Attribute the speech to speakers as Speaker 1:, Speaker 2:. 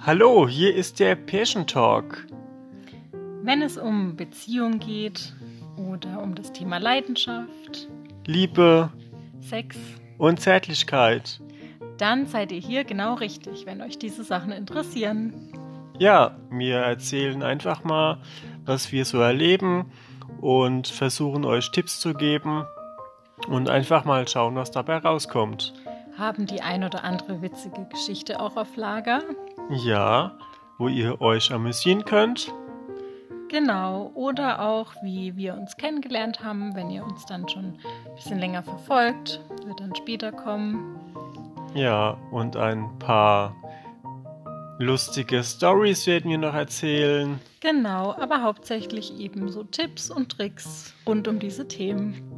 Speaker 1: Hallo, hier ist der Passion-Talk.
Speaker 2: Wenn es um Beziehung geht oder um das Thema Leidenschaft,
Speaker 1: Liebe
Speaker 2: Sex,
Speaker 1: und Zärtlichkeit.
Speaker 2: dann seid ihr hier genau richtig, wenn euch diese Sachen interessieren.
Speaker 1: Ja, wir erzählen einfach mal, was wir so erleben und versuchen euch Tipps zu geben und einfach mal schauen, was dabei rauskommt.
Speaker 2: Haben die ein oder andere witzige Geschichte auch auf Lager?
Speaker 1: Ja, wo ihr euch amüsieren könnt.
Speaker 2: Genau. Oder auch, wie wir uns kennengelernt haben, wenn ihr uns dann schon ein bisschen länger verfolgt, wird dann später kommen.
Speaker 1: Ja, und ein paar lustige Stories werden wir noch erzählen.
Speaker 2: Genau, aber hauptsächlich eben so Tipps und Tricks rund um diese Themen.